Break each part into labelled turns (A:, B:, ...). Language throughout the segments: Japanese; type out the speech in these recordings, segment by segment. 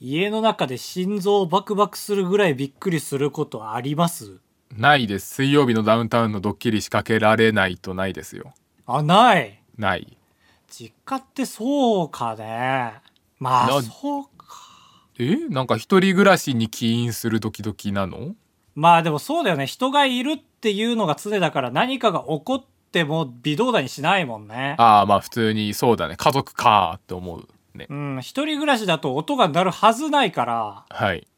A: 家の中で心臓バクバクするぐらいびっくりすることあります
B: ないです水曜日のダウンタウンのドッキリ仕掛けられないとないですよ
A: あない
B: ない
A: 実家ってそうかねまあ
B: な
A: そうか
B: えなんか一人暮らしに起因するドキドキなの
A: まあでもそうだよね人がいるっていうのが常だから何かが起こっても微動だにしないもんね
B: ああまあ普通にそうだね家族かーって思うね
A: うん一人暮らしだと音が鳴るはずないから
B: はい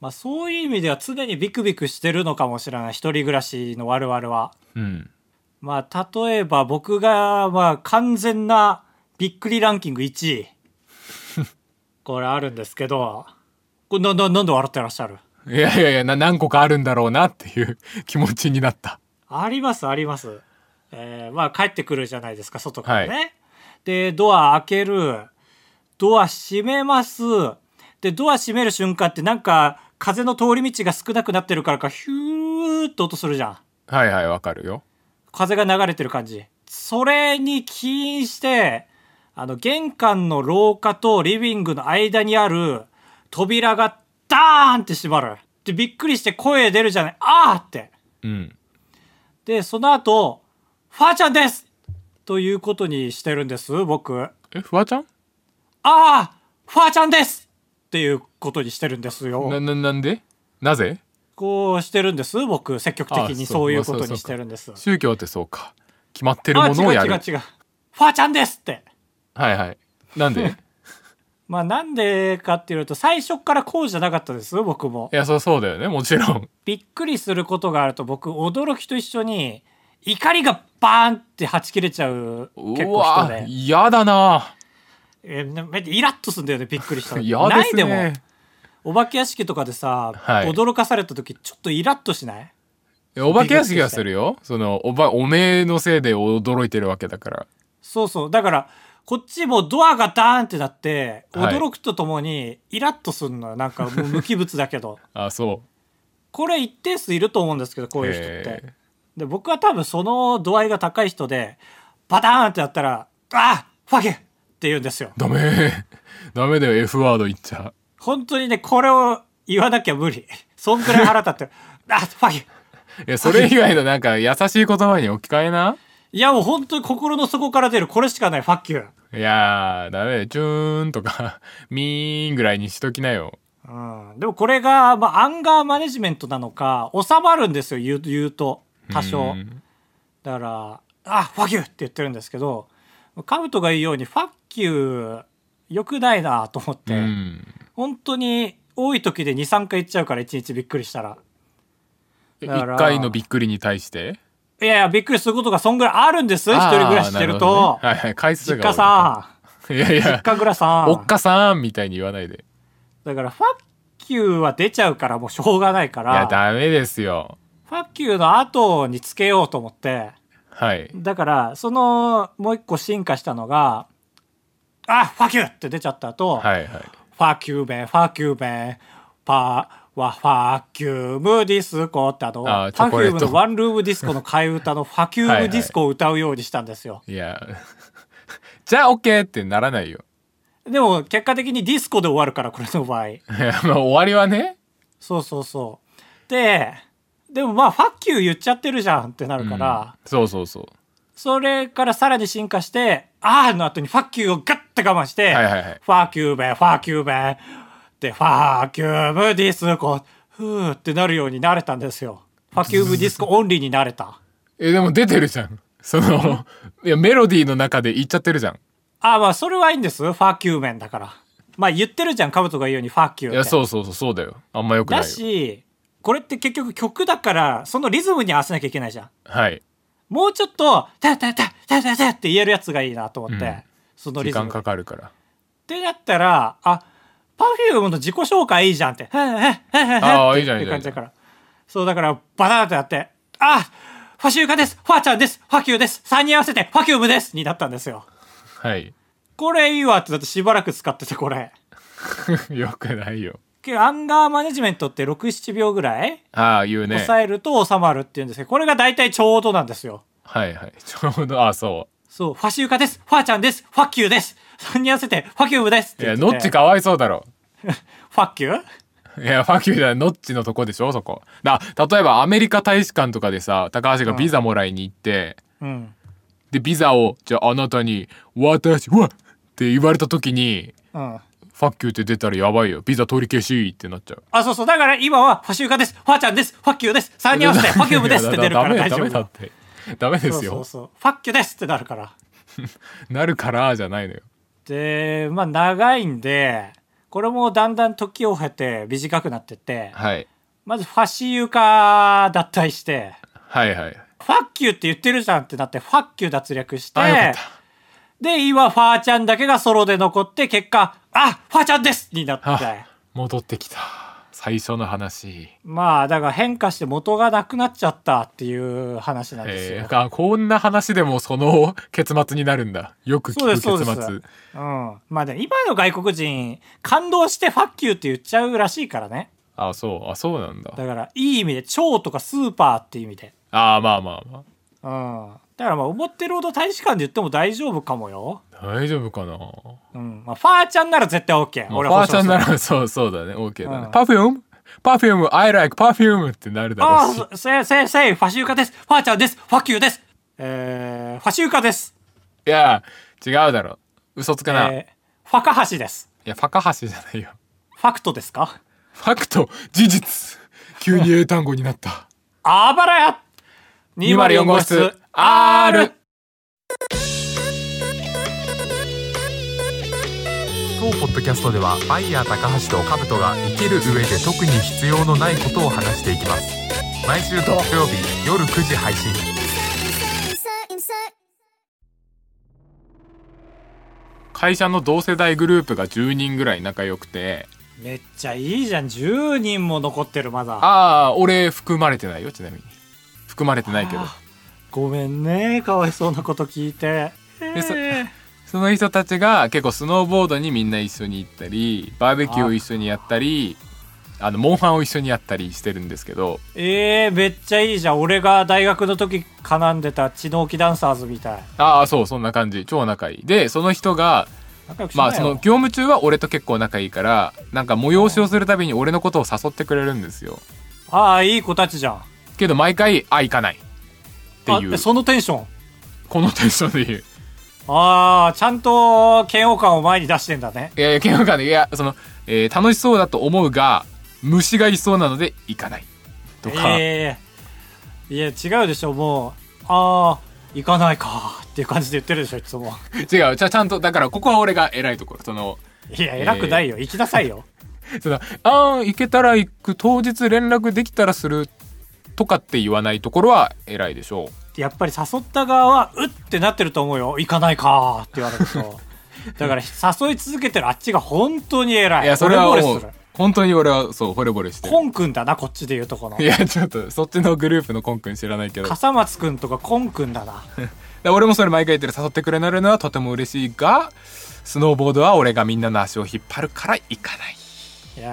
A: まあそういう意味では常にビクビクしてるのかもしれない一人暮らしの我々は
B: うん
A: まあ例えば僕がまあ完全なびっくりランキング1位これあるんですけどこれなななんで笑ってらっしゃる
B: いやいやいやな何個かあるんだろうなっていう気持ちになった
A: ありますあります。えーまあ帰ってくるじゃないですか外からね。でドア開けるドア閉めますでドア閉める瞬間ってなんか風の通り道が少なくなってるからかヒューっと音するじゃん
B: はいはいわかるよ
A: 風が流れてる感じそれに起因してあの玄関の廊下とリビングの間にある扉がダーンって閉まるでびっくりして声出るじゃないあーって
B: うん
A: で、その後、ファーちゃんですということにしてるんです、僕。あ
B: えフワちゃん
A: あファーちゃんですっていうことにしてるんです
B: な
A: よ。
B: ななんでなぜ
A: こうしてるんです、僕。積極的
B: あ
A: に
B: そう
A: そういうこ
B: まあ
A: とに
B: そうそう
A: してるんです。
B: 宗教ってそうか決まってる
A: あ、
B: も
A: 違
B: の
A: う
B: を
A: 違
B: や
A: う
B: る
A: 違う。ファーちゃんですって。
B: はいはいな んで
A: まあなんでかっていうと、最初からこうじゃなかったです、僕も
B: い。やそうそうだよねもちろん
A: びっくりすることがあると、僕、驚きと一緒に、怒りがバーンってはち切れちゃう結構
B: う
A: 人
B: わ
A: で。
B: 嫌だな
A: えーなめっちゃイラッとすんだよね、びっくりしたら。
B: 嫌で
A: ない
B: す
A: でも。
B: ね
A: お化け屋敷とかでさ、
B: はい
A: 驚かされた時ちょっとイラッとしない
B: えお化け屋敷はするよそのおばおめえのせいで驚いてるわけだから
A: そうそうだからこっちもドアがダーンってなって
B: はい
A: 驚くとともにイラッとするのよなんかもう無機物だけど
B: あそ
A: これ一定数いると思うんですけどこ
B: う
A: ういう人って
B: えー
A: で僕は多分その度合いが高い人でバターンってなったら「あファケ!」って言うんですよ
B: ダメ ダメだよ F ワード言っちゃ
A: 本当にねこれを言わなきゃ無理そんくらい腹立って「あファケ!」
B: いやそれ以外のなんか優しい言葉に置き換えない
A: やもう本当に心の底から出るこれしかない「ファッキュー」
B: いやーダメだよチューンとか ミーンぐらいにしときなよ
A: うん、でもこれが、まあ、アンガーマネジメントなのか収まるんですよ言う言うと多少
B: うん
A: だから「あファキュー!」って言ってるんですけどカブトが言うように「ファッキュー」よくないなと思って、
B: うん
A: 本当に多い時で23回言っちゃうから1日びっくりしたら
B: え
A: だから
B: 一回のびっくりに対して
A: いやいやびっくりすることがそんぐらいあるんです一人暮らししてる
B: あ
A: と
B: ーなほどねはいはい回数
A: 実
B: が
A: 家
B: 多いか
A: さ
B: らいやい
A: ん実
B: や
A: 家暮らしさ
B: おっ
A: ん
B: かさんみたいに言わないで
A: だから「ファッキュー」は出ちゃうからもうしょうがないか
B: いや
A: ら
B: ダメですよ
A: 「ファッキュー」の後につけようと思って。
B: はい
A: だからそのもう一個進化したのが「あファキュー!」って出ちゃった後、
B: はいはい
A: ファキューベンファキューベンパはファキュームディスコ」ってあの
B: あ
A: ファ
B: ーチョ
A: キ
B: コレ
A: ュ
B: ー
A: ー
B: ト
A: ムのワンルームディスコの替え歌の「ファキュームディスコ」を歌うようにしたんですよ。
B: いや じゃあ OK ってならないよ
A: でも結果的にディスコで終わるからこれの場合
B: いやまあ終わりはね
A: そうそうそう。ででもまあ「ファキュー」言っちゃってるじゃんってなるから。
B: うんそうそうそう
A: それからさらに進化して、あーの後にファッキューをガッて我慢して、
B: はいはいはい
A: ファーキューベン、ファーキューベン、で、ファーキューブディスコ、ふーってなるようになれたんですよ。ファーキューブディスコオンリーになれた。
B: えでも出てるじゃんその いやメロディーの中で言っちゃってるじゃん
A: あーまあそれはいいんです。ファーキューメンだから。まあ言ってるじゃん、カブトが言うようにファーキューって。
B: いやそうそうそうそうだよあんまよくない
A: だ
B: よ
A: し、これって結局曲だから、そのリズムに合わせなきゃいけないじゃん。
B: はい
A: もうちょっと、タタタタタタって言えるやつがいいなと思って、
B: うん
A: そのリ
B: 時
A: ズム
B: 間
A: で
B: かかるから
A: ってなったら、あ、パフュームの自己紹介いいじゃんって。へへへへへ
B: ああいいじゃん
A: って
B: いいじゃん
A: 感じだから。そう、だから、バターってなって、あ、ファシューカですファーちゃんですファキューです三人合わせてファキュームですになったんですよ。
B: はい
A: これいいわって、だってしばらく使ってて、これ。
B: よくないよ。
A: けどアンガーマネジメントって6、7秒ぐらい
B: ああ、言うね。
A: 抑えると収まるっていうんですけど、これが大体ちょうどなんですよ。
B: はいはい。 ちょうど、ああ、そ
A: そう、ファシューカですファーちゃんですファキューです三人合わせてファキュームですっ
B: う。
A: て
B: い
A: 言
B: や、
A: って
B: ノッチかわいそうだろ。
A: ファッキュー
B: いや、ファキューだ、ノッチのとこでしょ、そこ。だ、例えばアメリカ大使館とかでさ、高橋がビザもらいに行って、
A: うん。
B: で、ビザを、じゃああなたに、私はって言われた時に、
A: うん。
B: ファッキューって出たらやばいよ。ビザ取り消しってなっちゃう。
A: あ、そうそう。だから今は、ファシューカです。ファちゃんです。ファッキューです。3人合わせて、 ファキュームですって出るから大丈
B: ダメ
A: 夫。
B: だって。ダメですよ。
A: そうそうそう。ファッキューですってなるから。
B: なるからじゃないのよ。
A: で、まあ長いんで、これもだんだん時を経て短くなってって、
B: はい。
A: まずファシユカ脱退して、
B: はいはい。
A: ファッキューって言ってるじゃんってなって、ファッキュー脱略して
B: あ、よかっ、
A: で、今、ファーちゃんだけがソロで残って、結果、あファーちゃんですになって
B: た。、あ、戻ってきた。最初の話。
A: まあ、だから変化して元がなくなっちゃったっていう話なんですよ。
B: えー、あこんな話でもその 結末になるんだ。よく聞
A: そう
B: く
A: です、
B: 結
A: そう
B: 末。
A: です。うん。まあね、今の外国人、感動してファッキューって言っちゃうらしいからね。
B: あ、そう。あ、そうなんだ。
A: だから、いい意味で、超とかスーパーっていう意味で。
B: あ、まあまあま
A: うん。だからまあ、思ってるほど大使館で言っても大丈夫かもよ。
B: あ。大丈夫かな。
A: うん。まあ、ファーちゃんなら絶対 OK。
B: まあ、
A: 俺
B: ファ
A: は
B: ーちゃんな
A: ら。
B: ら、 そう、そうだね。OK だね
A: うん。
B: パフュームパフューム I like パフュームってなるだろうし
A: あ。あ、せ、せ、せ、ファシューカです。ファーちゃんです。ファッキューです。えー、ファシューカです。
B: いや、違うだろ。嘘つかな。い
A: えー、ファカハシです。
B: や、ファカハシじゃないよ。
A: ファクトですか
B: ファクト、事実。急に英単語に なった。
A: あばらや
B: 204号室 R 当ポッドキャストではバイヤー高橋と兜が生きる上で特に必要のないことを話していきます毎週土曜日夜9時配信
C: insert, insert, insert.
B: 会社の同世代グループが10人ぐらい仲良くて
A: めっちゃいいじゃん。10人も残ってる、まだ。
B: ああ俺含まれてないよちなみに含まれてないけど
A: あごめんね。かわいそうなこと聞いて。
B: でそ
A: えー
B: その人たちが結構スノーボードにみんな一緒に行ったりバーベキューを一緒にやったりあのモンハンを一緒にやったりしてるんですけど
A: えー、めっちゃいいじゃん。俺が大学の時絡んでた血の置きダンサーズみたい。
B: ああそうそんな感じ超仲いいでその人が
A: 仲良くしな
B: ま
A: よ
B: あその業務中は俺と結構仲いいからなんか催しをするたびに俺のことを誘ってくれるんですよ
A: ああ、いい子たちじゃん。っ
B: けど毎回「あ行かない」っていう
A: そのテンション。
B: このテンションで言う
A: ああ、ちゃんと嫌悪感を前に出してんだね。
B: いやいや嫌悪感でいやその、えー楽しそうだと思うが虫がいそうなので行かないとか、
A: ええいや違うでしょもうああ行かないかっていう感じで言ってるでしょいつも
B: 違うちゃちゃんとだからここは俺が偉いところその
A: いや偉くないよ、行きなさいよ
B: そのあー行けたら行く当日連絡できたらするとかって言わないところは偉いでしょう
A: やっぱり誘った側はうってなってると思うよ行かないかって言われる とだから誘い続けてるあっちが本当に偉い
B: いやそれは
A: 俺
B: も
A: も
B: う
A: する
B: 本当に俺はそう惚れ惚れしてる
A: コンくんだなこっちで言うとこの
B: いや、ちょっと、そっちのグループのコン君知らないけど。
A: 笠松くんとかコンくんだな
B: だ俺もそれ毎回言ってる、誘ってくれるのはとても嬉しいが、スノーボードは俺がみんなの足を引っ張るから行かない。
A: いや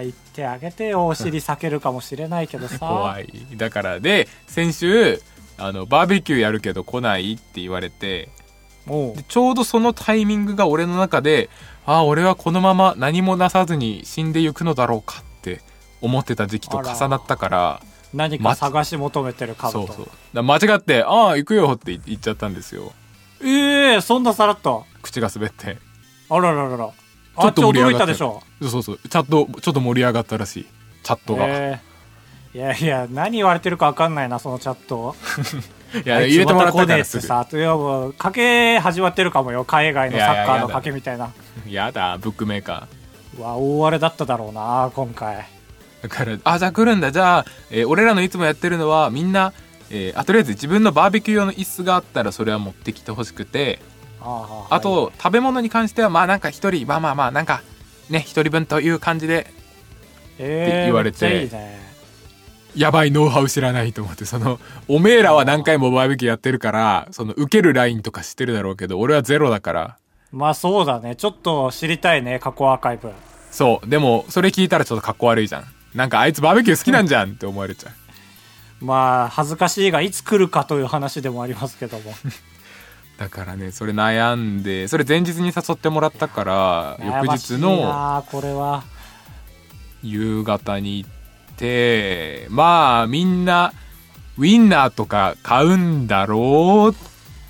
A: ー言ってあげてよお尻避けるかもしれないけどさ
B: 怖い。だからで、先週、あの、バーベキューやるけど来ないって言われて、
A: もう
B: でちょうどそのタイミングが俺の中で、ああ、俺はこのまま何もなさずに死んでいくのだろうかって思ってた時期と重なったから、
A: 何か
B: ま
A: 探し求めてるか
B: そ
A: も
B: う
A: と
B: そう。だ間違って、ああ、行くよって言っちゃったんですよ。
A: ええそんなさらっと
B: 口が滑って。
A: あらららら。
B: ち
A: あ
B: ょ
A: っ
B: っ
A: ち
B: と盛り
A: 驚
B: 上
A: い
B: が
A: た
B: った
A: で
B: よ
A: しょ。
B: そうそうチャットちょっと盛り上がったらしいチャットが、
A: えーいやいや、何言われてるか分かんないな、そのチャット。
B: いや
A: あいつ
B: 入れてもらっ
A: ま
B: た
A: こ
B: か
A: ねえ
B: ら
A: っ
B: す
A: て
B: ぐ
A: さ、というよもう、賭け始まってるかもよ、海外のサッカーの
B: いやいややだ
A: 賭けみたいな。
B: やだブックメーカ
A: うわ、大荒れだっただろうな、今回。
B: ーだからあじゃあ来るんだじゃあ、えー俺らのいつもやってるのはみんな、えーあとりあえず自分のバーベキュー用の椅子があったらそれは持ってきてほしくて
A: あ
B: あと、、食べ物に関してはまあなんか一人まあまあまあなんかね一人分という感じで
A: え
B: って言われて
A: めっちゃいいね。
B: やばいノウハウ知らないと思ってそのおめえらは何回もバーベキューやってるからその受けるラインとか知ってるだろうけど俺はゼロだから
A: まあそうだね、ちょっと知りたいね、過去アーカイブ。
B: そう。でも、それ聞いたらちょっとかっこ悪いじゃん。なんかあいつバーベキュー好きなんじゃんって思われちゃう。
A: まあ、恥ずかしいが、いつ来るかという話でもありますけども。
B: だからねそれ悩んでそれ前日に誘ってもらったから
A: 悩
B: 翌
A: まし
B: 日
A: い
B: の
A: なあこれは
B: 夕方に行ってまあみんなウィンナーとか買うんだろうっ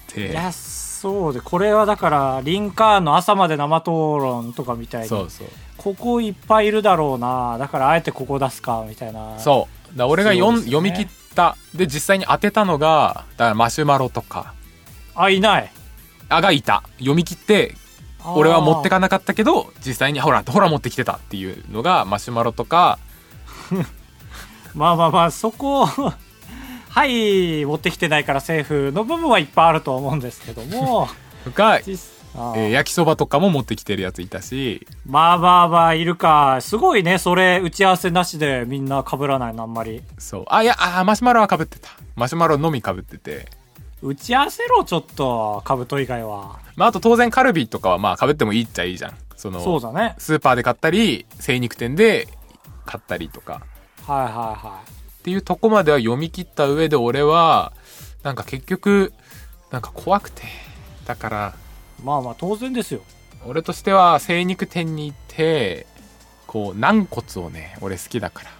A: い
B: て
A: やそうでこれはだからリンカーンの朝まで生討論とかみたい
B: そ
A: に
B: うそう
A: ここいっぱいいるだろうなだからあえてここ出すかみたいな
B: そうだから俺が
A: そう
B: 読,、
A: ですね
B: 読み切ったで実際に当てたのがだからマシュマロとか
A: あいない
B: あがいた読み切って
A: あー
B: 俺は持ってかなかったけど実際にほらほら持ってきてたっていうのがマシュマロとか
A: まあまあまあそこ はい持ってきてないからセーフの部分はいっぱいあると思うんですけど も
B: が、え
A: 実あー
B: ー焼きそばとかも持ってきてるやついたし
A: まあまあまあいるかすごいねそれ打ち合わせなしでみんな被らないのあんまり
B: そうあいやあーマシュマロはかぶってたマシュマロのみかぶってて、
A: 打ち合わせろちょっと兜以外は
B: まあ、あと当然カルビとかはまあかぶってもいいっちゃいいじゃんその
A: そうだね
B: スーパーで買ったり精肉店で買ったりとか
A: はいはいはい
B: っていうとこまでは読み切った上で俺はなんか結局なんか怖くてだから
A: まあまあ当然ですよ
B: 俺としては精肉店に行ってこう軟骨をね俺好きだから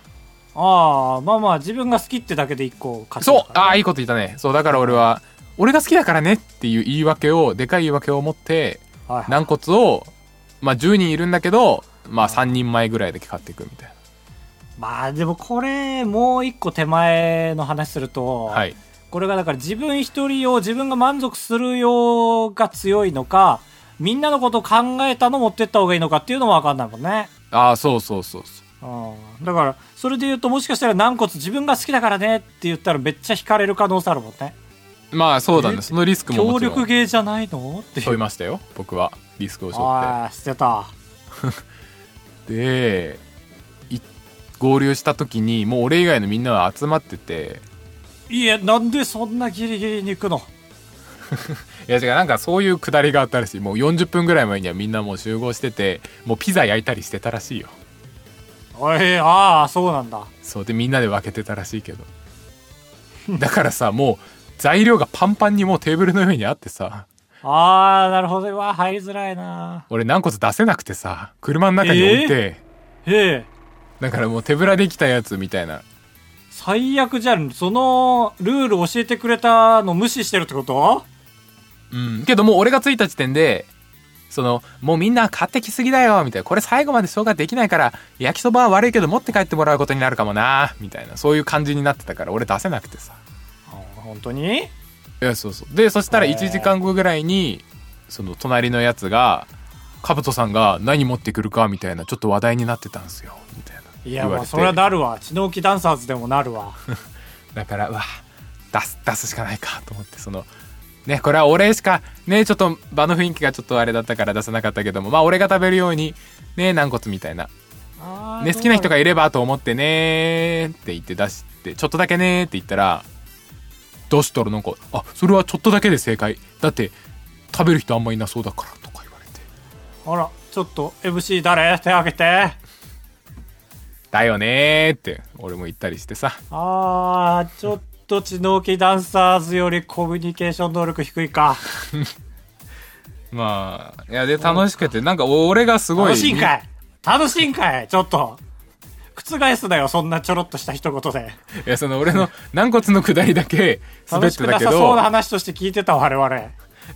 A: ああまあまあ自分が好きってだけで一個勝ち
B: そう
A: だから
B: ああーいいこと言ったねそうだから俺は俺が好きだからねっていう言い訳をでかい言い訳を持って
A: はいはい
B: 軟骨をまあ10人いるんだけどまあ3人前ぐらいだけ買っていくみたい
A: まあでもこれもう一個手前の話すると、
B: なはい
A: これがだから自分一人用自分が満足する用が強いのかみんなのことを考えたの持ってった方がいいのかっていうのも分かんないもんね、
B: ああそうそうそうそう
A: うん、だからそれで言うともしかしたら軟骨自分が好きだからねって言ったらめっちゃ惹かれる可能性あるもんね
B: まあそうだね
A: え
B: そのリスクも
A: 協
B: もちろ
A: 力
B: ん
A: 芸じゃないのってい
B: 負いうましたよ僕はリスクを背負って
A: ああしてた
B: でい合流した時にもう俺以外のみんなは集まってて
A: いやなんでそんなギリギリに行くの
B: いや違うなんかそういうくだりがあったらしいもう40分ぐらい前にはみんなもう集合しててもうピザ焼いたりしてたらしいよ
A: おいああそうなんだ
B: そうでみんなで分けてたらし いけどだからさもう材料がパンパンにもうテーブルの上にあってさ
A: ああなるほどうわ入りづらいな
B: 俺軟骨出せなくてさ車の中に置いて、
A: ええ
B: だからもう手ぶらできたやつみたいな
A: 最悪じゃんそのルール教えてくれたの無視してるってこと
B: うん、けどもう俺が着いた時点でそのもうみんな買ってきすぎだよみたいなこれ最後まで消化できないから焼きそばは悪いけど持って帰ってもらうことになるかもなみたいなそういう感じになってたから俺出せなくてさ
A: あ本当に
B: いやそうそうでそしたら
A: へー
B: 1時間後ぐらいにその隣のやつが兜さんが何持ってくるかみたいなちょっと話題になってたんすよみたいない言
A: や
B: われ
A: ま
B: て
A: あそれはなるわ血の気ダンサーズでもなるわ
B: だからうわ出す出すしかないかと思ってそのねこれは俺しかねちょっと場の雰囲気がちょっとあれだったから出さなかったけどもまあ俺が食べるようにね軟骨みたいな、
A: あー
B: ね、好きな人
A: どう
B: がいればと思ってねって言って出してちょっとだけねって言ったらどうしたらなんかあそれはちょっとだけで正解だって食べる人あんまいなそうだからとか言われて
A: だろうあらちょっと MC 誰手挙げて
B: だよねーって俺も言ったりしてさ
A: あーちょっと知能気ダンサーズよりコミュニケーション能力低いか
B: まあいやで楽しくてなんか俺がすごい
A: 楽しいんかい楽しいんかいちょっと覆すなよそんなちょろっとした一言で
B: いやその俺の軟骨の下りだけ
A: 楽
B: 滑っ
A: してく
B: た
A: な
B: け
A: さそう
B: ど
A: な、話として聞いてた我々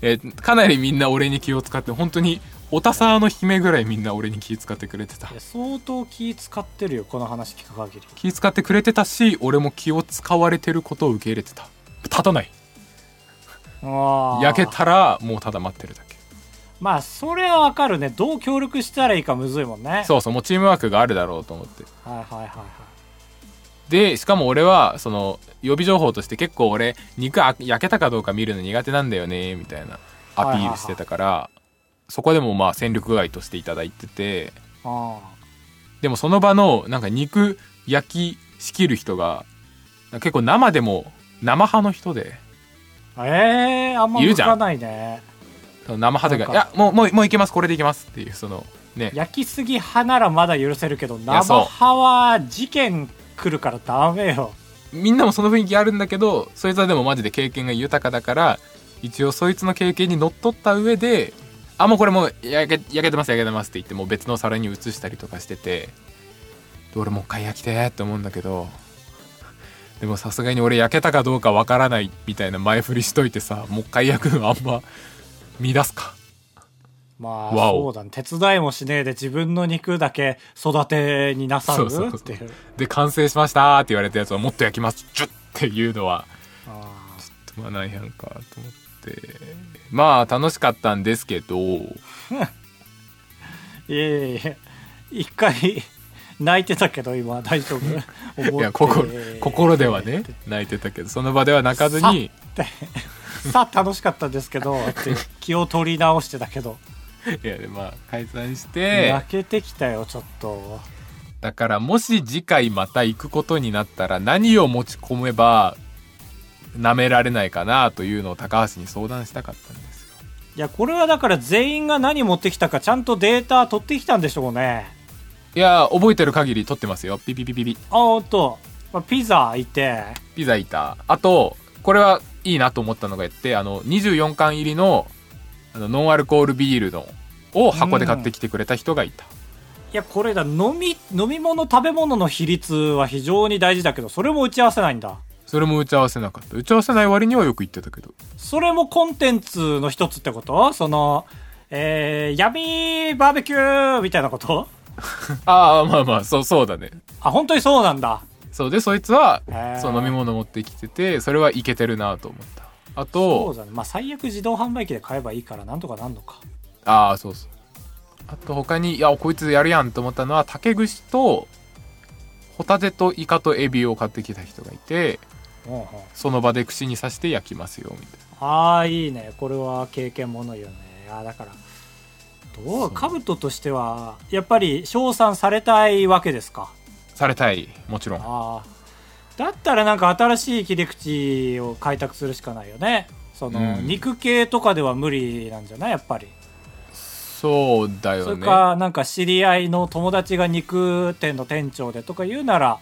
B: えーかなりみんな俺に気を使って本当におたさの姫ぐらいみんな俺に気使ってくれてた
A: いや相当気使ってるよこの話聞く限り
B: 気使ってくれてたし俺も気を使われてることを受け入れてた立たない
A: あー
B: 焼けたらもうただ待ってるだけ
A: まあそれはわかるねどう協力したらいいかむずいもんね
B: そうそうもうチームワークがあるだろうと思って
A: はいはいはいはい
B: でしかも俺はその予備情報として結構俺肉あ焼けたかどうか見るの苦手なんだよねみたいなアピールしてたから、そこでもまあ戦力外としていただいてて
A: あ
B: でもその場のなんか肉焼きしきる人がなんか結構生でも生派の人で
A: ーええあんま
B: いる
A: 動
B: じゃん
A: かないね
B: その生派というか「い
A: なん
B: やもうもうもういけますこれでいけます」っていうそのね
A: 焼きすぎ派ならまだ許せるけど
B: や
A: 生
B: そう
A: 派は事件来るからダメよ
B: みんなもその雰囲気あるんだけどそいつはでもマジで経験が豊かだから一応そいつの経験にのっとった上であもうこれもう焼け焼けてます焼けてますって言ってもう別の皿に移したりとかしててで俺もう一回焼きてーって思うんだけどでもさすがに俺焼けたかどうかわからないみたいな前振りしといてさもう一回焼くのあんま乱すか
A: まあ、
B: わお
A: そうだね。手伝いもしねえで自分の肉だけ育てになさる
B: そうそう
A: っ
B: そ
A: ていう。
B: で完成しましたーって言われたやつをもっと焼きますジュッっていうのは
A: あー
B: 止まないやんかと思ってまあ楽しかったんですけど
A: いえいえ、一回泣いてたけど今大丈夫 い
B: いや心心ではね泣いてたけどその場では泣かずに
A: さあ楽しかったですけどっていう気を取り直してたけど、
B: いやでまあ解散して
A: 泣けてきたよちょっと
B: だからもし次回また行くことになったら何を持ち込めば舐められないかなというのを高橋に相談したかったんですよ
A: いやこれはだから全員が何持ってきたかちゃんとデータ取ってきたんでしょうね
B: いや覚えてる限り撮ってますよピピピピピ
A: あおっと、まあ、ピザいて
B: ピザいたあとこれはいいなと思ったのがやってあの24缶入りのあのノンアルコールビールのを箱で買ってきてくれた人がいた、
A: いやこれだ飲み飲み物食べ物の比率は非常に大事だけどそれも打ち合わせないんだ
B: それも打ち合わせなかった打ち合わせない割にはよく言ってたけど
A: それもコンテンツの一つってことそのえー、闇バーベキューみたいなこと
B: ああまあまあそうそうだね
A: あ本当にそうなんだ
B: そうでそいつは
A: へー
B: そう飲み物持ってきててそれはいけてるなと思ったあ
A: そう
B: と
A: だねまあ最悪自動販売機で買えばいいからなんとかなんのか
B: ああそうそうあと他にいやこいつやるやんと思ったのは竹串とホタテとイカとエビを買ってきた人がいて
A: うんうん
B: その場で串に刺して焼きますよみたいな
A: ああいいねこれは経験ものよねあーだからど
B: そう
A: うかぶととしてはやっぱり称賛されたいわけですか
B: されたいもちろん
A: ああだったらなんか新しい切り口を開拓するしかないよねその、
B: うん
A: 肉系とかでは無理なんじゃないやっぱり
B: そうだ
A: そ
B: よ
A: れ
B: ね
A: かなんか知り合いの友達が肉店の店長でとか言うなら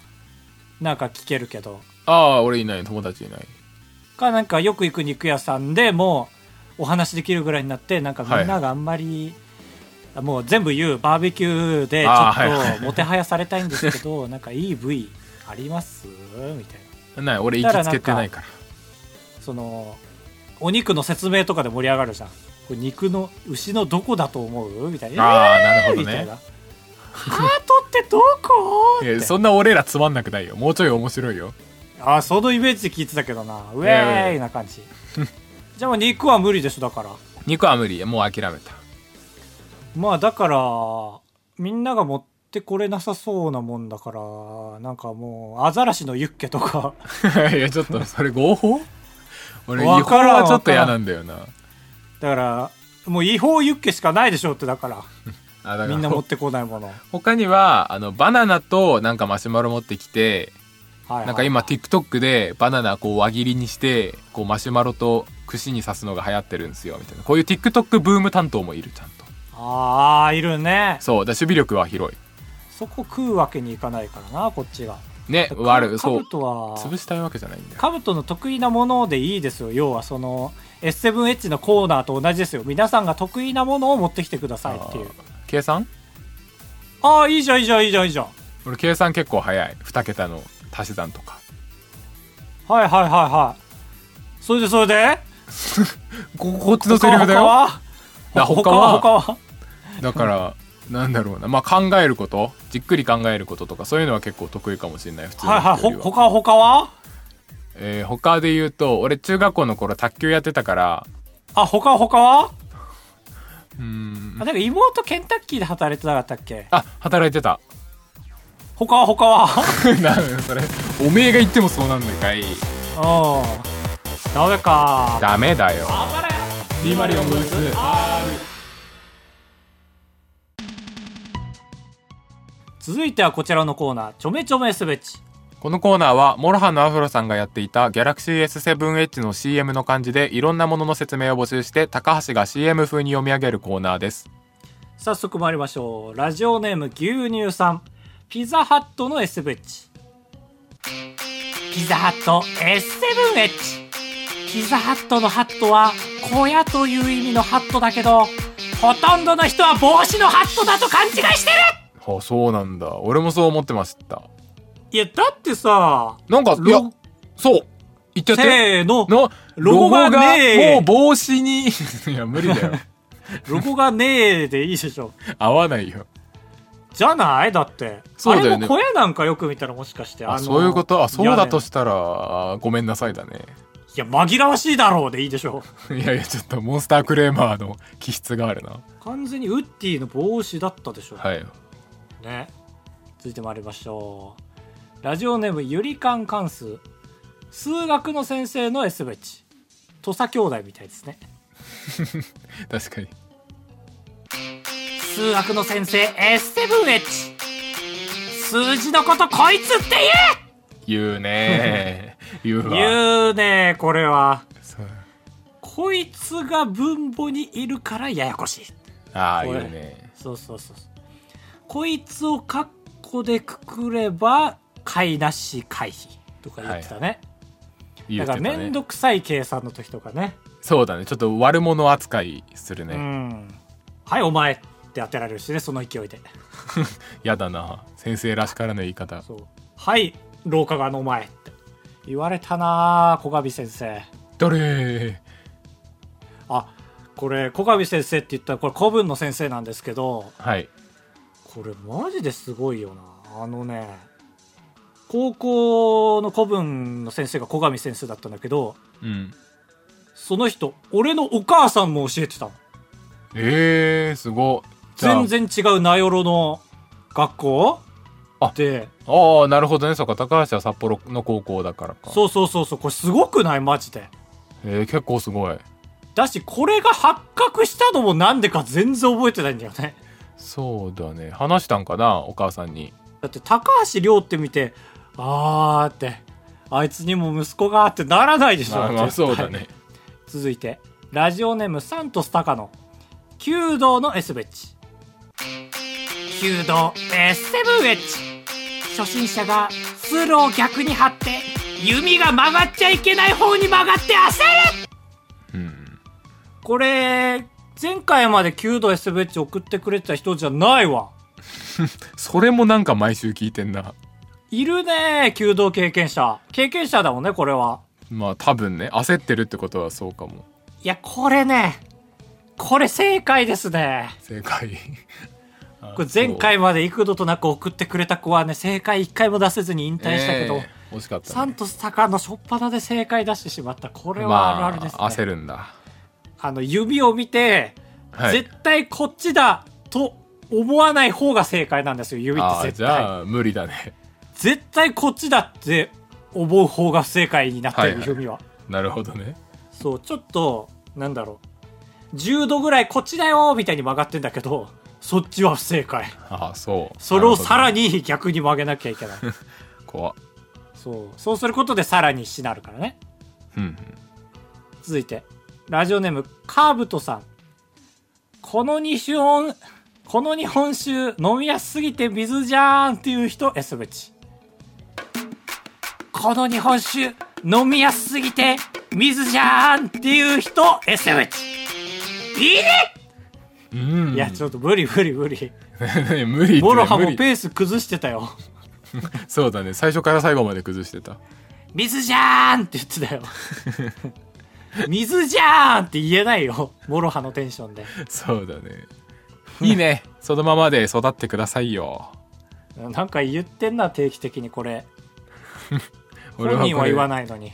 A: なんか聞けるけど
B: ああ俺いない友達いない
A: かなんかよく行く肉屋さんでもうお話できるぐらいになってなんかみんながあんまり、もう全部言うバーベキューでちょ
B: あーはいは
A: っともてはやされたいんですけ どなんかいい部位ありますみたいな
B: ない俺行きつけてないから
A: そのお肉の説明とかで盛り上がるじゃんこれ肉の牛のどこだと思うみたいな
B: ああ
A: えー
B: なるほど
A: みたい
B: ね
A: なハートってどこっ
B: いや
A: て
B: そんな俺らつまんなくないよもうちょい面白いよ
A: あーそのイメージで聞いてたけどなウェーイな感 じじゃあもう肉は無理でしょだから
B: 肉は無理もう諦めた
A: まあだからみんなが持ってこれなさそうなもんだからなんかもうアザラシのユッケとか
B: いやちょっとそれ合法俺違
A: わ
B: 法
A: からん
B: はちょっと嫌なんだよな
A: だからもう違法ユッケしかないでしょってだから
B: あだから
A: みんな持ってこないもの、はい
B: 他にはあのバナナとなんかマシュマロ持ってきて
A: はい
B: なんか今 TikTok でバナナこう輪切りにしてこうマシュマロと串に刺すのが流行ってるんですよみたいなこういう TikTok ブーム担当もいるちゃんと
A: ああいるね
B: そうだ守備力は広
A: そこ食うわけにいかないからなこっちが
B: いね悪い
A: か
B: そう
A: ぶとは
B: 潰したいわけじゃないんだよ
A: カブトの得意なものでいいですよ要はその S7H のコーナーと同じですよ皆さんが得意なものを持ってきてくださいっていう
B: あー計算
A: ああーいいじゃんいいじゃんいいじゃんいいじゃん
B: 俺計算結構早い2桁の足し算とか
A: はいはいはいはいそれでそれで
B: ここっちのセリフだよだ
A: 他
B: 他
A: は
B: は
A: 他は他は
B: だからなんだろうなまあ考えることじっくり考えることとかそういうのは結構得意かもしれない普通
A: はいは
B: の
A: い
B: 人
A: ほ
B: よりは、
A: 他は他は
B: えー他で言うと俺中学校の頃卓球やってたから
A: あ他は他は
B: うーん
A: あなんか妹ケンタッキーで働いてなかったっけ
B: あ働いてた
A: 他は他は
B: なんだよそれおめえが言ってもそうなんだかい
A: うんダメか
B: ダメだよ
A: 頑張れ
B: D マリオンブース
A: 続いてはこちらのコーナーちょめちょめすべち
B: このコーナーはモロハのアフロさんがやっていたギャラクシー S7H の CM の漢字でいろんなものの説明を募集して高橋が CM 風に読み上げるコーナーです
A: 早速参りましょうラジオネーム牛乳さんピザハットの S ブッチピザハット S7H ピザハットのハットは小屋という意味のハットだけどほとんどの人は帽子のハットだと勘違いしてる
B: あそうなんだ俺もそう思ってました
A: いやだってさ
B: なんかいや
A: ロ
B: そう言っちゃって
A: せーの
B: の
A: ロゴがねえ
B: もう帽子に いや無理だよ
A: ロゴがねえでいいでしょ
B: 合わないよ
A: じゃないだって
B: そうだよね
A: あれも小屋なんかよく見たらもしかして
B: あ
A: の
B: そういうことあそうだと
A: い
B: したらごめんなさいだね
A: や紛らわしいだろうでいいでしょ
B: いやいやちょっとモンスタークレーマーの気質があるな
A: 完全にウッディの帽子だったでしょ、
B: はい
A: ね続いて参りましょうラジオネームゆりかん関数数学の先生の S ベチ土佐兄弟みたいですね
B: 確かに
A: 数学の先生 S7H 数字のことこいつって
B: 言うね 言うわ
A: 言え言うねこれは
B: そう
A: こいつが分母にいるからややこしい
B: ああ
A: こ
B: 言
A: れ
B: うね
A: そうそうそうそうこいつをカッコでくくれば解なし回避とか言ってたね、
B: 言
A: だ
B: う
A: か
B: て
A: ら
B: た
A: 面
B: ね
A: 倒くさい計算の時とかね
B: そうだねちょっと悪者扱いする
A: う
B: ね
A: んはいお前って当てられるしねその勢いで
B: やだな先生らしからぬ言い方
A: そうはい廊下側のお前って言われたなあ小上先生
B: 誰
A: あこれ小上先生って言ったらこれ古文の先生なんですけど
B: はい
A: これマジですごいよなあのね高校の古文の先生が小上先生だったんだけど
B: うん
A: その人俺のお母さんも教えてたの
B: えー、すごじゃあ
A: 全然違う名寄の学校
B: あ
A: で
B: ああなるほどねそうか高橋は札幌の高校だからか
A: そうそうそうそうこれすごくないマジで
B: えー、結構すごい
A: だしこれが発覚したのもなんでか全然覚えてないんだよね
B: そうだね話したんかなお母さんに
A: だって高橋亮って見てあーってあいつにも息子がってならないでしょ
B: まあまあ
A: 絶対
B: そうだね
A: 続いてラジオネームサントス高野弓道の S ベッチ弓道 S7H 初心者が通路を逆に張って弓が曲がっちゃいけない方に曲がって焦る
B: うん
A: これ前回まで弓道 S ベッチ送ってくれてた人じゃないわ
B: それもなんか毎週聞いてんない
A: るね弓道経験者経験者だもんねこれは
B: まあ多分ね焦ってるってことはそうかも
A: いやこれねこれ正解ですね
B: 正解あ
A: これ前回まで幾度となく送ってくれた子はね正解一回も出せずに引
B: そう
A: 退したけど、
B: えー惜しかった、ね、
A: サントス高の初っ端で正解出してしまったこれはあるあるですね、
B: まあ、焦るんだ
A: あの指を見て、
B: はい
A: 絶対こっちだと思わない方が正解なんですよ指って
B: ああ
A: 絶
B: じ
A: 対
B: ゃあ無理だね
A: 絶対こっちだって思う方が正解になってる、
B: はいはい
A: 指は
B: なるほどね
A: そうちょっとなんだろう10度ぐらいこっちだよみたいに曲がってんだけどそっちは不正解
B: ああそう
A: それをさら
B: に
A: に逆に曲げなきゃいけない
B: 怖っ
A: そう。そうすることでさらにしなるからね。
B: うんうん
A: 続いて、ラジオネーム、カーブトさん。この日本、この日本酒飲みやすすぎて水じゃーんっていう人、S ベチ。この日本酒飲みやすすぎて水じゃーんっていう人、S ベチ。いいね、
B: うん
A: いや、ちょっと無理無理無理。
B: ね 無理って
A: ボロハ
B: 無
A: も
B: 理
A: ペース崩してたよ。
B: そうだね最初から最後まで崩してた
A: 水じゃーんって言っ てたよ。水じゃーんって言えないよ。モロハのテンションで。
B: そうだねいいねそのままで育ってくださいよ
A: なんか言ってんな、定期的にこれ。
B: 俺
A: 本人は言わ
B: い
A: ないのに。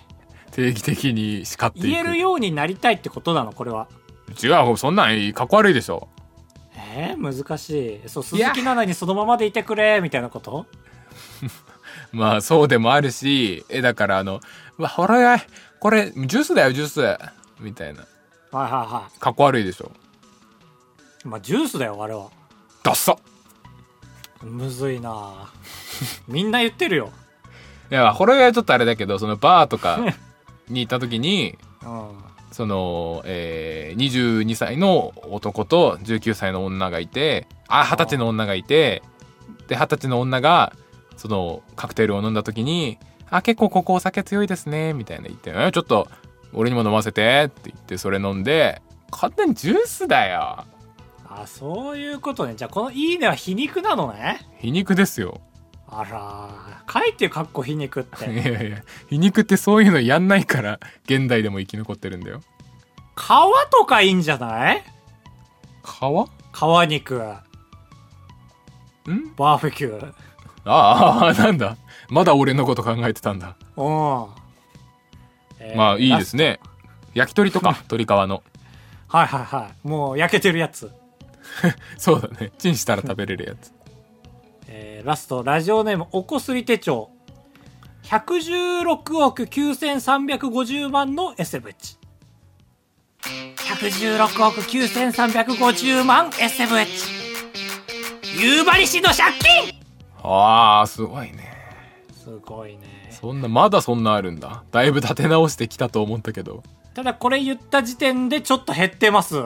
B: 定期的に叱っていく
A: 言えるようになりたいってことなの、これは。
B: 違うそんなんかっこ悪いでしょ
A: えー、難しい。そう、鈴
B: いや
A: 木奈々にそのままでいてくれ、みたいなこと
B: まあそうでもあるしえだからあの「うわほろやいこれジュースだよジュース」みたいな
A: はいはいは
B: かっこ悪いでしょ
A: い。まあ、ジュースだよ、あれは。
B: ダッサ
A: むずいなみんな言ってるよ。
B: いやほろやいはちょっとあれだけどそのバーとかに行った時に
A: うん。
B: その、えー、22歳の男と19歳の女がいてあ二十歳の女がいてで二十歳の女がそのカクテルを飲んだ時に「あ結構ここお酒強いですね」みたいな言って「えちょっと俺にも飲ませてって言ってそれ飲んで完全にジュースだよ
A: あそういうことねじゃあこの「いいね」は皮肉なのね
B: 皮肉ですよ
A: あら書いてかっこ皮肉っ
B: い
A: て
B: やいや皮肉ってそういうのやんないから現代でも生き残ってるんだよ
A: 皮とかいいんじゃない
B: 皮
A: 皮肉バ
B: ん
A: ーベキュー
B: ああなんだまだ俺のこと考えてたんだ
A: うん、えー
B: まあいいですね焼き鳥 とか鶏皮の
A: はいはいはいもう焼けてるやつ、
B: そうだねチンしたら食べれるやつ
A: えーラストラジオネームおこすり手帳116億9350万のエセブチ116億9350万エセブチ夕張市の借金
B: ああすごいね
A: すごいね
B: そんなまだそんなあるんだだいぶ立て直してきたと思ったけど
A: ただこれ言った時点でちょっと減ってます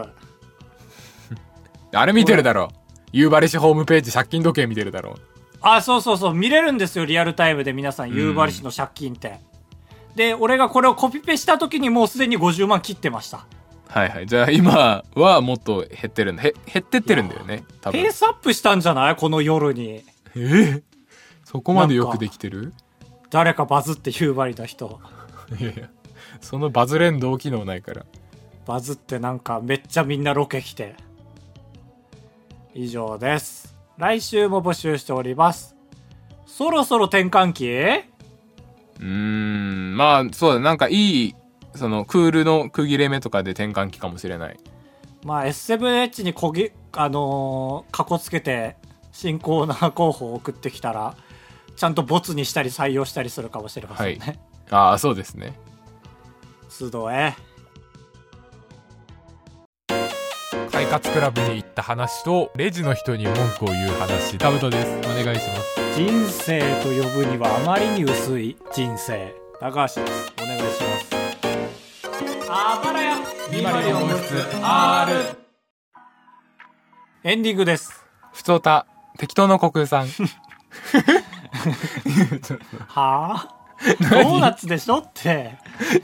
B: あれ見てるだろ夕張市ホームページ借金時計見てるだろ
A: あ、そうそうそう、見れるんですよ、リアルタイムで皆さん、夕張市の借金って。で、俺がこれをコピペした時にもうすでに50万切ってました。
B: はいはいじゃあ今はもっと減ってるんだへ減ってってるんだよね多分
A: ペースアップしたんじゃないこの夜に。
B: えーそこまでよくできてる
A: 誰かバズって夕張の人。
B: いやいやそのバズ連動機能ないから
A: バズってなんかめっちゃみんなロケ来て。以上です。来週も募集しております。そろそろ転換期
B: うーんまあそうだなんかいいそのクールの区切れ目とかで転換期かもしれない
A: まあ S7H にこぎ、あのー、かこつけて新コーナー候補を送ってきたらちゃんとボツにしたり採用したりするかもしれませんね、
B: はああそうですね
A: 須藤へ
B: 快活クラブに行った話とレジの人に文句を言う話タブトですお願いします
A: 人生と呼ぶにはあまりに薄い人生高橋ですお願いしますあばらやエンディングです
B: ふつおた適当の虚空さん
A: はあドーナツでしょって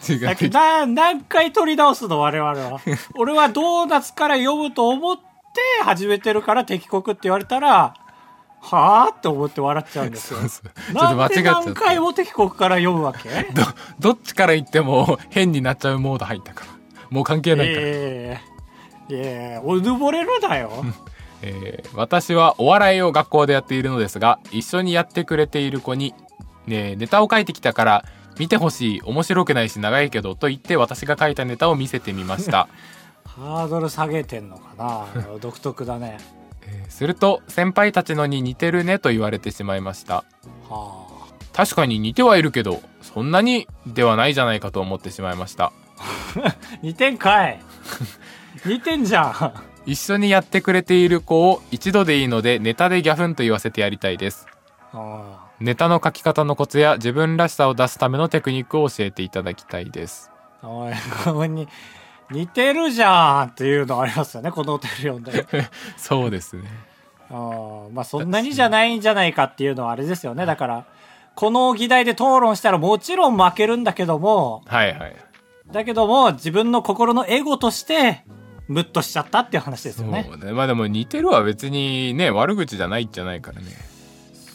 B: 違う適
A: な何回取り直すの我々 は俺はドーナツから読むと思って始めてるから敵国って言われたらはあって思って笑っちゃうんですよ
B: 当そう ちょっ
A: な
B: と
A: ん
B: 間違っ
A: で
B: ちゃっ
A: 何
B: た
A: 回も敵国から読むわ け
B: どどっちから言っても変になっちゃうモード入ったからもう関係ないから、え
A: ええええおぬぼれるだよ
B: ー私はお笑いを学校でやっているのですが一緒にやってくれている子に、ねえ、ネタを書いてきたから見てほしい面白くないし長いけどと言って私が書いたネタを見せてみました、
A: ハードル下げてんのかな独特だね
B: えーすると先輩たちのに似てるねと言われてしまいました
A: はあ
B: 確かに似てはいるけどそんなにではないじゃないかと思ってしまいました
A: 似てんか い似てんじゃん
B: 一緒にやってくれている子を一度でいいのでネタでギャフンと言わせてやりたいです
A: うん
B: ネタの書き方のコツや自分らしさを出すためのテクニックを教えていただきたいです
A: おい、ここに、似てるじゃんっていうのありますよね、このお便り読んで。
B: そうですね
A: うんまあ、そんなにじゃないんじゃないかっていうのはあれですよね。だから、この議題で討論したらもちろん負けるんだけども、
B: はいはい
A: だけども、自分の心のエゴとして、ムッとしちゃったっていう話です
B: そ
A: よ
B: う
A: ね。
B: ねまあでも似てるは別にね悪口じゃないじゃないからね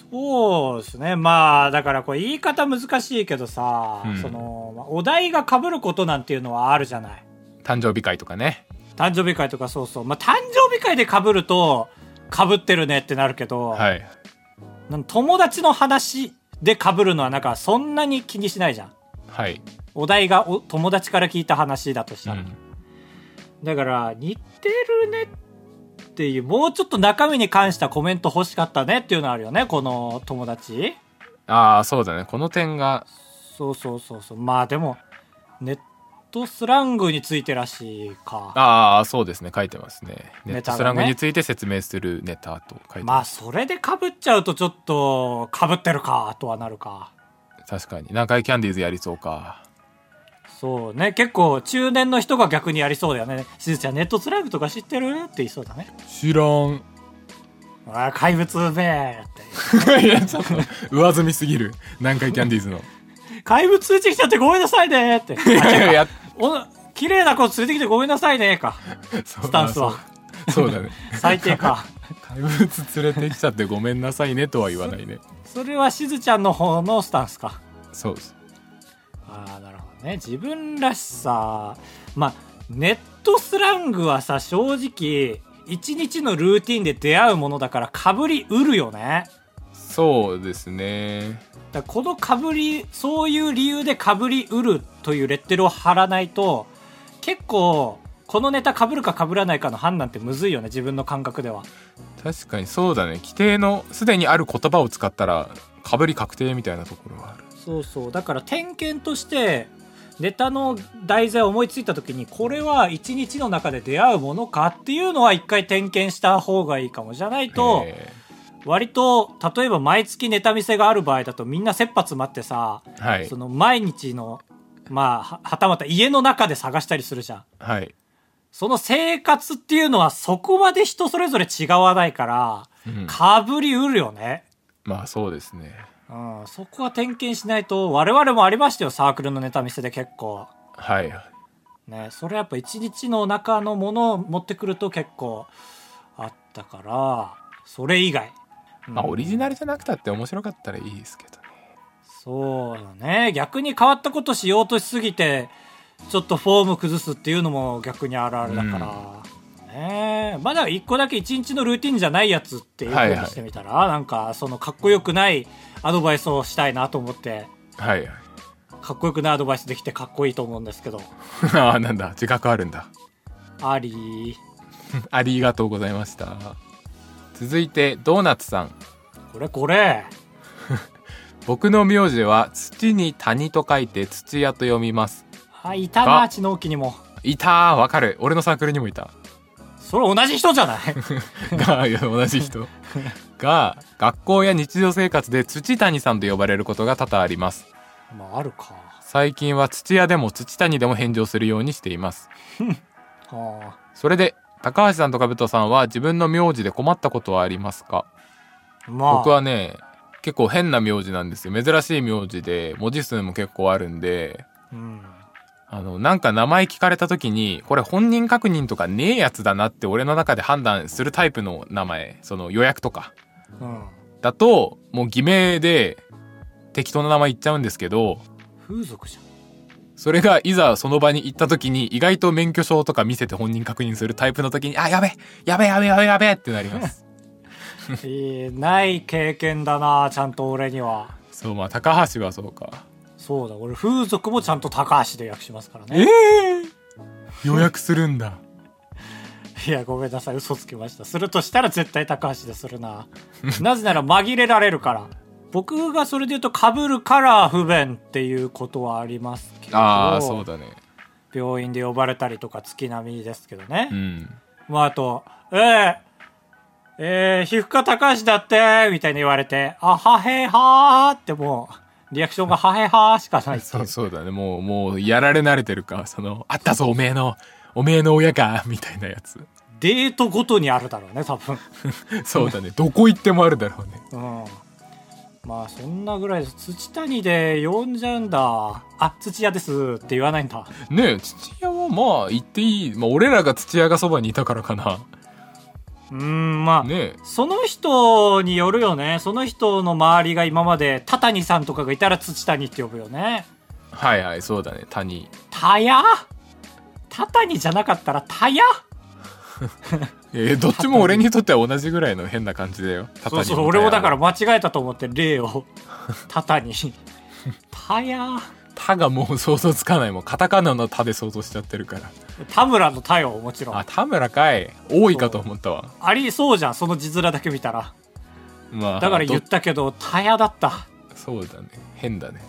A: そうですね。まあ、だからこれ言い方難しいけどさ、
B: うん
A: その、まあお題が被ることなんていうのはあるじゃない。
B: 誕生日会とかね
A: 誕生日会とかそうそう。まあ、誕生日会で被ると、被ってるねってなるけど、
B: はい
A: なん友達の話で被るのはなんかそんなに気にしないじゃん。
B: はい、
A: お題がお友達から聞いた話だとし
B: う
A: たら。
B: ん、
A: だから、似てるねっていう、もうちょっと中身に関したコメント欲しかったねっていうのあるよね、この友達。
B: ああそうだねこの点が
A: そうそうそうそう。まあでも、ネットスラングについてらしいか。
B: ああそうですね書いてますねネッ
A: ネタがね
B: トスラングについて説明するネタと書いて
A: ま
B: ま
A: あ、
B: す、
A: それで被っちゃうとちょっと、被ってるか、とはなるか。
B: 確かに南海キャンディーズやりそうか
A: そうね。結構、中年の人が逆にやりそうだよね。しずちゃん、ネットスラングとか知ってるって言いそうだね。
B: 知らん
A: あー怪物めーって。
B: いやちょっと 上積みすぎる南海キャンディーズの
A: 怪物ついてきちゃってごめんなさいねーって。
B: や
A: お綺麗な子連れてきてごめんなさいねか
B: ス
A: スタンスは
B: そうだね
A: 最低か
B: 怪物連れてきちゃってごめんなさいねとは言わないね
A: それはしずちゃんの方のスタンスか
B: そうです
A: ああなるほどね自分らしさまあネットスラングはさ正直一日のルーティンで出会うものだからかぶりうるよね
B: そうですね
A: だからこのかぶりそういう理由でかぶりうるというレッテルを貼らないと結構このネタかぶるかかぶらないかの判断ってむずいよね自分の感覚では
B: 確かにそうだね規定のすでにある言葉を使ったらかぶり確定みたいなところはある
A: そうそうだから点検としてネタの題材を思いついた時にこれは一日の中で出会うものかっていうのは一回点検した方がいいかもじゃないと
B: え
A: 割と例えば毎月ネタ見せがある場合だとみんな切羽詰まってさ
B: ーはい
A: その毎日のまあははたまた家の中で探したりするじゃん
B: はい
A: その生活っていうのはそこまで人それぞれ違わないから
B: うん
A: かぶりうるよね
B: まあそうですね
A: うんそこは点検しないと我々もありましたよサークルのネタ見せで結構
B: はい
A: ね、それやっぱ一日の中のものを持ってくると結構あったからそれ以外、
B: まあオリジ
A: ナ
B: ナルじゃなくたって面白かったらいいですけどね
A: そうだね逆に変わったことしようとしすぎてちょっとフォーム崩すっていうのも逆にあるあるだから、ねまあだから一個だけ一日のルーティンじゃないやつっていうふうにしてみたら、なんかそのかっこよくないアドバイスをしたいなと思って
B: はいはい
A: かっこよくないアドバイスできてかっこいいと思うんですけど
B: ああなんだ自覚あるんだ
A: あり
B: ありがとうございました続いてドーナツさん
A: これこれ
B: 僕の名字は土に谷と書いて土屋と読みます
A: はいいたな知能期にも。
B: いたーわかる俺のサークルにもいた
A: それ同じ人じゃない
B: がいや同じ人が学校や日常生活で土谷さんと呼ばれることが多々あります
A: まああるか。
B: 最近は土屋でも土谷でも返上するようにしています
A: は
B: それで高橋さんとかぶとさんは自分の名字で困ったことはありますか
A: あ、まあ、
B: 僕はね結構変な名字なんですよ珍しい名字で文字数も結構あるんで
A: うん、
B: あのなんか名前聞かれた時にこれ本人確認とかねえやつだなって俺の中で判断するタイプの名前その予約とか
A: うん。
B: だともう偽名で適当な名前言っちゃうんですけど
A: 風俗じ
B: それがいざその場に行った時に意外と免許証とか見せて本人確認するタイプの時にあやべやべやべやべやべってなります
A: ゃん。えーない経験だな、ちゃんと俺には。
B: そうまあ高橋はそうか
A: そうだ、俺風俗もちゃんと高橋で訳しますから
B: え
A: ね。
B: 予約するんだ
A: いや、ごめんなさい、嘘つきました。するとしたら絶対高橋でするな。 なぜなら紛れられるから。僕がそれで言うと被るから不便っていうことはありますけど、
B: ああそうだね
A: 病院で呼ばれたりとか月並みですけどね。
B: うん
A: まあ、あと、えええー、皮膚科高橋だって、みたいに言われて、あ、はへはーってもう、リアクションがはへはーしかないって
B: そ
A: いうう。
B: そうだねもうもうやられ慣れてるかそのあったぞおめえのおめえの親かみたいなやつ
A: デートごとにあるだろうね、多分。
B: そうだねどこ行ってもあるだろうね
A: うん。まあ、そんなぐらいです。土谷で呼んじゃうんだ。あ、土屋ですって言わないんだ。
B: ねえ土屋はまあ行っていい、まあ、俺らが土屋がそばにいたからかな
A: うーん、まあ、
B: ねえ
A: その人によるよね。その人の周りが今まで、タタニさんとかがいたら土谷って呼ぶよね。
B: はいはいそうだね谷
A: たやタタニじゃなかったらたや
B: えーどっちも俺にとっては同じぐらいの変な感じだよ
A: そうそう俺もだから間違えたと思って例を タタにタヤ
B: 「た」がもう想像つかないもんカタカナの「た」で想像しちゃってるから
A: 田村のタよもちろん
B: あ
A: あ
B: 田村かい多いかと思ったわ
A: りそうじゃんその字面だけ見たら
B: まあ
A: だから言っ
B: ど
A: たけどタヤだった
B: そうだね変だね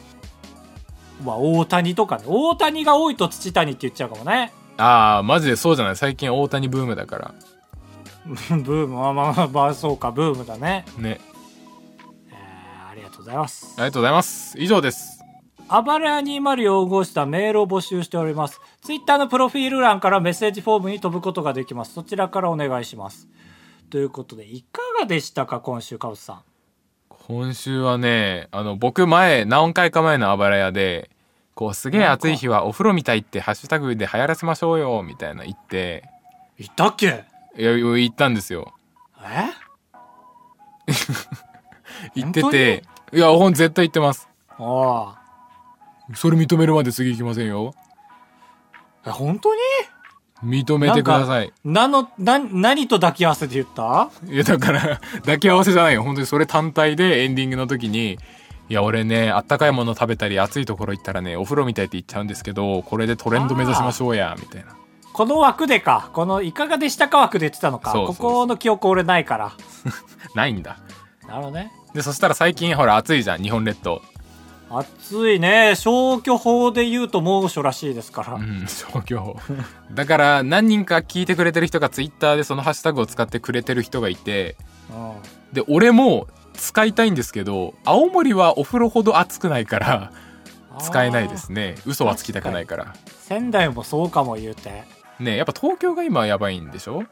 A: まあ大谷とかね大谷が多いと土谷って言っちゃうかも ね
B: ああマジでそうじゃない最近大谷ブームだから
A: ブームまあまあまあ、まあ、そうかブームだね、
B: ね
A: えーありがとうございます
B: ありがとうございます以上です
A: あばらや204号室ではメールを募集しております。ツイッターのプロフィール欄からメッセージフォームに飛ぶことができます。そちらからお願いします。ということで、いかがでしたか、今週、かぶさん。
B: 今週はねあの僕前何回か前のあばら屋でこうすげえ暑い日はお風呂みたいってハッシュタグで流行らせましょうよみたいな言って
A: いたっけ
B: いや言ったんですよ
A: え
B: 言ってていやほん絶対言ってます
A: ああ。
B: それ認めるまで次行きませんよ
A: え、本当に
B: 認めてください
A: なの、な、何と抱き合わせて言った
B: いやだから抱き合わせじゃないよ本当にそれ単体でエンディングの時に「いや俺ねあったかいもの食べたり暑いところ行ったらねお風呂みたいって言っちゃうんですけどこれでトレンド目指しましょうや」みたいな
A: この枠でか。この、いかがでしたか枠で言ってたのか。
B: そうそうそう
A: ここの記憶俺ないから。
B: ないんだ
A: なるほどね。
B: でそしたら最近ほら暑いじゃん日本列島
A: 暑いね。消去法で言うと猛暑らしいですから。
B: うん 消去法だから何人か聞いてくれてる人がツイッターでそのハッシュタグを使ってくれてる人がいて
A: うん
B: で俺も使いたいんですけど青森はお風呂ほど暑くないから使えないですね嘘はつきたくないから
A: あー仙台もそうかも言うて
B: ねやっぱ東京が今やばいんでしょ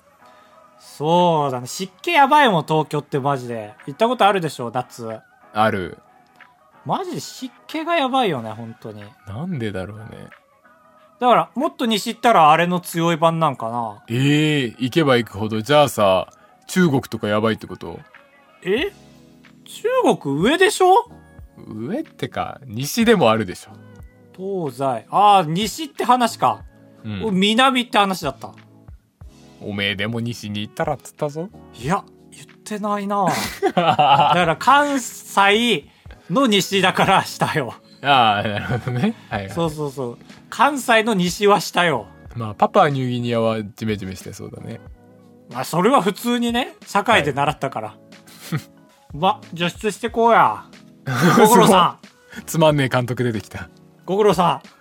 A: そうだね湿気やばいもん東京ってマジで行ったことあるでしょ夏
B: ある
A: マジで湿気がやばいよね本当にだ
B: なんでだろうね
A: からもっと西行ったらあれの強い版なんかな
B: ええ行けば行くほどじゃあさ中国とかやばいってこと
A: え中国上でしょ
B: 上ってか西でもあるでしょ、
A: 東西ああ西って話か、
B: うん、
A: 南って話だった
B: おめえでも西に行ったらっつったぞ
A: いや言ってない なだから関西の西だからしたよ
B: ああなるほどねはい、はい
A: そうそうそう関西の西はしたよ
B: まあパパニューギニアはジメジメしてそうだね
A: まあそれは普通にね社会で習ったから、 ま 除出してこうやご苦労さん
B: つまんねえ監督出てきた
A: ご苦労さん